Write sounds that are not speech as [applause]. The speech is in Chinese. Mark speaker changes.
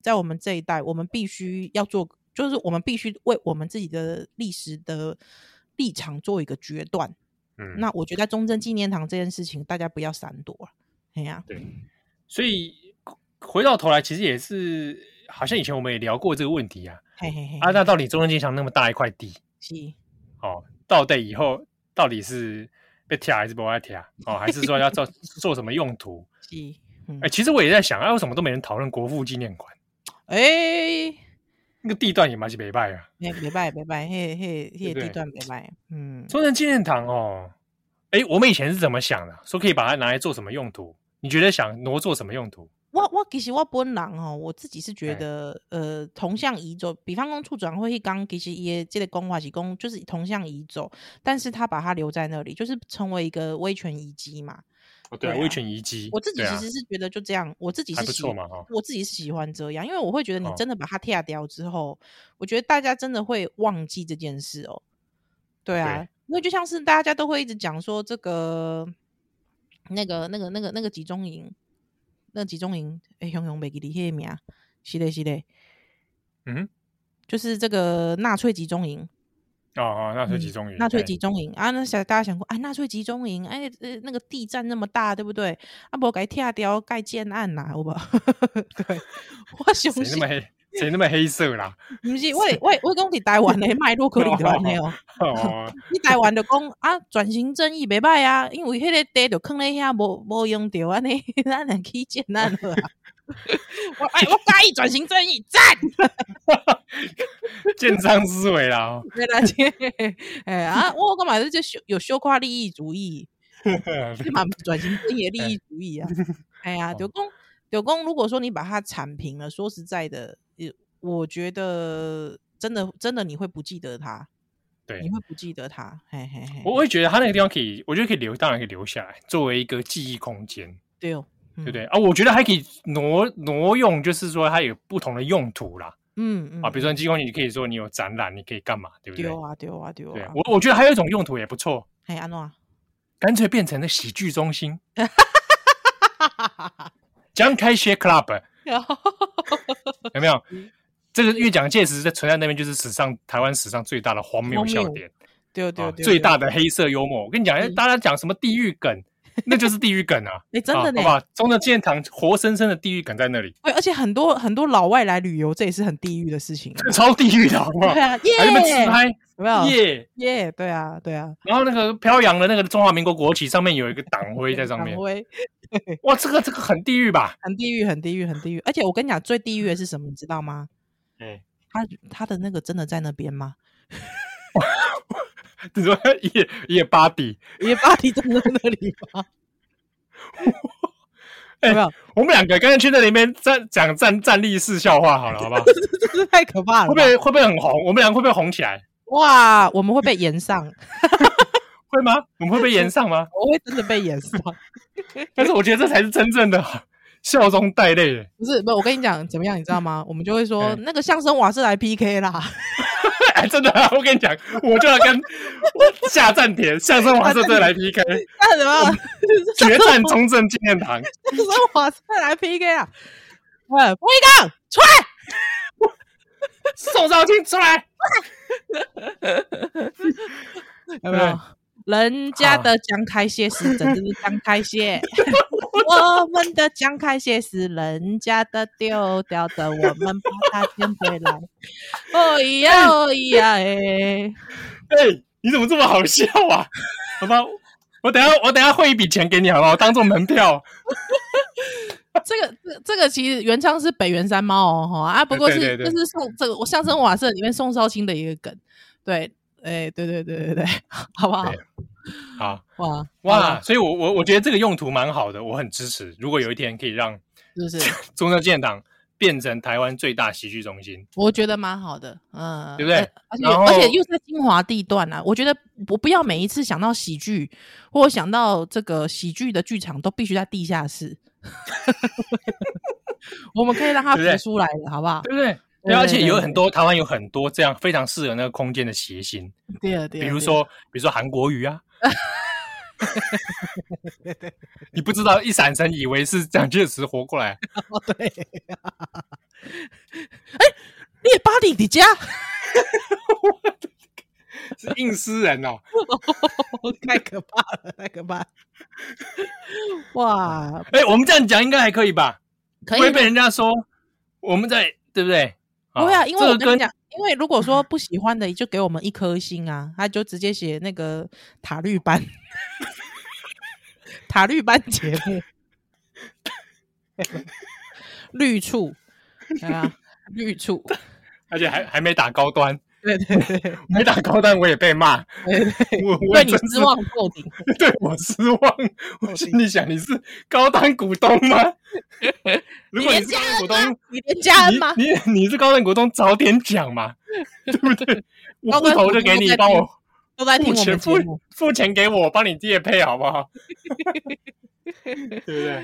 Speaker 1: 在我们这一代，我们必须要做，就是我们必须为我们自己的历史的立场做一个决断。
Speaker 2: 嗯，
Speaker 1: 那我觉得在中正纪念堂这件事情，大家不要闪躲啊哎呀、
Speaker 2: 对，所以回到头来，其实也是好像以前我们也聊过这个问题啊。
Speaker 1: 嘿嘿嘿，
Speaker 2: 啊，那到底中正纪念堂那么大一块地，
Speaker 1: 是
Speaker 2: 哦，到底以后到底是被贴还是不被贴？哦，还是说
Speaker 1: [laughs]
Speaker 2: 要做做什么用途？
Speaker 1: 是，嗯
Speaker 2: 哎、，其实我也在想，啊，为什么都没人讨论国父纪念馆？
Speaker 1: 哎、
Speaker 2: 那个地段也蛮是北拜啊。
Speaker 1: 嘿，别拜别拜，嘿嘿，嘿，
Speaker 2: 对不
Speaker 1: 地
Speaker 2: 对
Speaker 1: 段别拜，嗯，
Speaker 2: 中正纪念堂哦，哎、我们以前是怎么想的？说可以把它拿来做什么用途？你觉得想挪做什么用途？
Speaker 1: 我我其实我本人哦，我自己是觉
Speaker 2: 哎
Speaker 1: 得，呃，同向移走，比方讲处转会去讲，其实也这个公话是公，就是同向移走，但是他把它留在那里，就是成为一个威权遗迹嘛。
Speaker 2: 哦，
Speaker 1: 对啊
Speaker 2: 威权遗迹。
Speaker 1: 我自己
Speaker 2: 对
Speaker 1: 其
Speaker 2: 啊
Speaker 1: 实是觉得就这样，我自己
Speaker 2: 还
Speaker 1: 是
Speaker 2: 不
Speaker 1: 喜
Speaker 2: 错嘛，哈、哦。
Speaker 1: 我自己是喜欢这样，因为我会觉得你
Speaker 2: 哦
Speaker 1: 真的把它剔掉之后，我觉得大家真的会忘记这件事哦。对啊，
Speaker 2: 对
Speaker 1: 因为就像是大家都会一直讲说这个、那个、那个、那个、那个集中营，那集中营，哎、熊熊没给你个名，是嘞是嘞，
Speaker 2: 嗯，
Speaker 1: 就是这个纳粹集中营，
Speaker 2: 哦哦，纳粹
Speaker 1: 嗯
Speaker 2: 集中营，
Speaker 1: 纳粹
Speaker 2: 对
Speaker 1: 集中营啊，那想大家想过啊，纳粹集中营，哎、呃那个地占那么大，对不对？啊，不该拆掉盖建案呐、好不好？ [laughs] 对，我相
Speaker 2: 谁那
Speaker 1: 信
Speaker 2: 么黑？谁那么黑色啦？
Speaker 1: 毋是，我会我会我会讲伫台湾的脉络可能就安尼哦。
Speaker 2: 哦， [laughs]
Speaker 1: 你台湾就讲啊，转型正义袂歹啊，因为迄个地就囥咧遐无无用着安尼，咱来去简单好啊。 [laughs] 我哎，我介意转型正义，
Speaker 2: [laughs]
Speaker 1: 赞！
Speaker 2: 建商思维啦，
Speaker 1: [laughs]
Speaker 2: 哦
Speaker 1: 对啦，这哎啊，我干嘛这就有羞夸利益主义？你嘛转型正义的利益主义
Speaker 2: [laughs]
Speaker 1: 啊！哎呀，
Speaker 2: 哦
Speaker 1: 九公九公，如果说你把它铲平了，说实在的，呃我觉得真的真的你会不记得它。
Speaker 2: 对
Speaker 1: 你，会不记得他，嘿嘿嘿，
Speaker 2: 我会觉得他那个地方可以，我觉得可以留，当然可以留下来，作为一个记忆空间，
Speaker 1: 对哦，对
Speaker 2: 对不对？啊，我觉得还可以挪挪用，就是说它有不同的用途啦。
Speaker 1: 嗯嗯
Speaker 2: 啊，比如说记忆空间，你可以说你有展览，你可以干嘛，对不对？
Speaker 1: 丢啊丢啊丢
Speaker 2: 对
Speaker 1: 啊，
Speaker 2: 我我觉得还有一种用途也不错，
Speaker 1: 嘿安 [laughs]
Speaker 2: [laughs]
Speaker 1: 诺，
Speaker 2: 干脆变成了喜剧
Speaker 1: [laughs]
Speaker 2: 中心，将开些 club
Speaker 1: 哦
Speaker 2: 有没有？
Speaker 1: 嗯
Speaker 2: 这个越蒋介石在存在那边就是史上台湾史上最大的荒谬
Speaker 1: 荒
Speaker 2: 笑
Speaker 1: 谬
Speaker 2: 点。
Speaker 1: 丢丢
Speaker 2: 啊，
Speaker 1: 丢，
Speaker 2: 最大的黑色幽默。我跟你讲，哎
Speaker 1: 嗯
Speaker 2: 大家讲什么地狱梗，那就是地狱梗啊！
Speaker 1: 哎 [laughs] 真的
Speaker 2: 啊
Speaker 1: 呢哎
Speaker 2: 好，吧，中正纪念堂活生生的地狱梗在那里，
Speaker 1: 对，而且很多很多老外来旅游，这也是很地狱的事
Speaker 2: [laughs]
Speaker 1: 情啊，
Speaker 2: 超地狱的，好不
Speaker 1: [laughs]
Speaker 2: 好
Speaker 1: 对？啊，
Speaker 2: 还那么自
Speaker 1: 耶，哦
Speaker 2: 拍
Speaker 1: 有没有
Speaker 2: 耶，
Speaker 1: 耶？对啊对啊，
Speaker 2: 然后那个飘扬的那个中华民国国旗上面有一个党徽在上
Speaker 1: 很，
Speaker 2: 面
Speaker 1: 威
Speaker 2: 哇，这个这个很地狱吧？
Speaker 1: 很地狱很地狱很地狱，而且我跟你讲，最地狱的是什么，你知道吗？
Speaker 2: 哎，
Speaker 1: 他他的那个真的在那边吗？
Speaker 2: [laughs] 你说耶耶巴迪，
Speaker 1: 耶巴黎真的在那里
Speaker 2: [laughs]
Speaker 1: 吗？
Speaker 2: 哎
Speaker 1: 有没有？
Speaker 2: 我们两个刚才去那里面站讲站站立式笑话好
Speaker 1: [laughs]
Speaker 2: 了，好不好？会
Speaker 1: 这是太可怕了
Speaker 2: 不
Speaker 1: 吧！
Speaker 2: 会会不会很红？我们俩会不会红起来？
Speaker 1: 哇，我们会被延上，
Speaker 2: 会吗？我们会被延上吗？
Speaker 1: 我会真的被延上。
Speaker 2: [laughs] 但是我觉得这才是真正的笑中带泪耶。
Speaker 1: 不是，不，我跟你讲怎么样，你知道吗？我们就会说
Speaker 2: 哎
Speaker 1: 那个相声瓦是来 PK 啦， [laughs]
Speaker 2: 哎， [laughs] 真的、啊，我跟你讲，我就要 [laughs] 跟我下站点相声瓦舍队来 PK，
Speaker 1: 那什么
Speaker 2: 决战中正纪念堂。
Speaker 1: 相声瓦是来 PK 啦。哎，不一杠出来，
Speaker 2: 宋少卿出来，
Speaker 1: 有没有？哦人家的江开蟹是真正的江开蟹，
Speaker 2: [laughs]
Speaker 1: 我们的江开蟹是人家的丢掉的，我们把它捡回来。
Speaker 2: [laughs]
Speaker 1: 哦咿呀哦咿呀哎，
Speaker 2: 哎、你怎么这么好笑啊？好吧，我等一下我等一下汇一笔钱给你，好不好？当做门票。
Speaker 1: 这个这这个其实原唱是北原山猫哦，哈啊，不过是
Speaker 2: 对对对
Speaker 1: 就是宋这个我相声瓦舍里面宋少卿的一个梗，对，哎，对对对对对， [laughs] 好不好？
Speaker 2: 嗯对好
Speaker 1: 哇
Speaker 2: 哇，，所以我我我觉得这个用途蛮好的，我很支持。如果有一天可以让
Speaker 1: 是不是？
Speaker 2: 中正纪念堂变成台湾最大喜剧中心，
Speaker 1: 我觉得蛮好的，嗯，
Speaker 2: 对不对
Speaker 1: 而而且
Speaker 2: 然后
Speaker 1: 而且又在精华地段啊，我觉得我不要每一次想到喜剧或想到这个喜剧的剧场都必须在地下
Speaker 2: [laughs]
Speaker 1: 室，我们可以让它
Speaker 2: 对不对
Speaker 1: 浮出来了，好不好？
Speaker 2: 对不对？
Speaker 1: 对
Speaker 2: 对，而且
Speaker 1: 对
Speaker 2: 有
Speaker 1: 对
Speaker 2: 很多台湾有很多这样非常适合那个空间的谐星，
Speaker 1: 对啊，对啊，
Speaker 2: 比如
Speaker 1: 对啊 [laughs]
Speaker 2: 说比如说韩国瑜啊，你不知道，一闪神以为是蒋介石活过来，
Speaker 1: 哦，对，哎，列巴里的
Speaker 2: [laughs]
Speaker 1: 家，
Speaker 2: 是硬诗人哦。
Speaker 1: 哦太可怕了，太可怕
Speaker 2: [laughs]
Speaker 1: 了！哇，
Speaker 2: 哎，我们这样讲应该还可以吧？
Speaker 1: 可
Speaker 2: 不会
Speaker 1: 以
Speaker 2: 被人家说我们在对不对？
Speaker 1: 不会啊，因为我
Speaker 2: 这
Speaker 1: 跟
Speaker 2: 个嗯
Speaker 1: 你讲，因为如果说不喜欢的，就给我们一颗星啊，他就直接写那个塔绿班， [laughs] 塔绿班节目，绿处，对啊，绿处，
Speaker 2: 而且还还没打高端，
Speaker 1: 对对
Speaker 2: [laughs]
Speaker 1: 对对
Speaker 2: 没打高端我也
Speaker 1: [laughs]
Speaker 2: 被骂，
Speaker 1: 对，
Speaker 2: 我我
Speaker 1: 对你
Speaker 2: 真是
Speaker 1: 失望透顶，
Speaker 2: 对我失望。我心里想，你是高端股东
Speaker 1: [laughs]
Speaker 2: 吗？如果你
Speaker 1: 连
Speaker 2: 是
Speaker 1: 家
Speaker 2: 高
Speaker 1: 人
Speaker 2: 端股东，
Speaker 1: 吗？你连家人吗？
Speaker 2: 你你 [laughs] 你是高端股东，早点讲嘛，对不对？我
Speaker 1: 高
Speaker 2: 户
Speaker 1: 端
Speaker 2: 头
Speaker 1: 股
Speaker 2: 就
Speaker 1: 东
Speaker 2: 给
Speaker 1: 都
Speaker 2: 你，
Speaker 1: 在
Speaker 2: 帮
Speaker 1: 听
Speaker 2: 我
Speaker 1: 都在听
Speaker 2: 付
Speaker 1: 我
Speaker 2: 钱
Speaker 1: 们
Speaker 2: 付
Speaker 1: 节目， [laughs]
Speaker 2: 付钱给我，帮你借配好不好？对不对？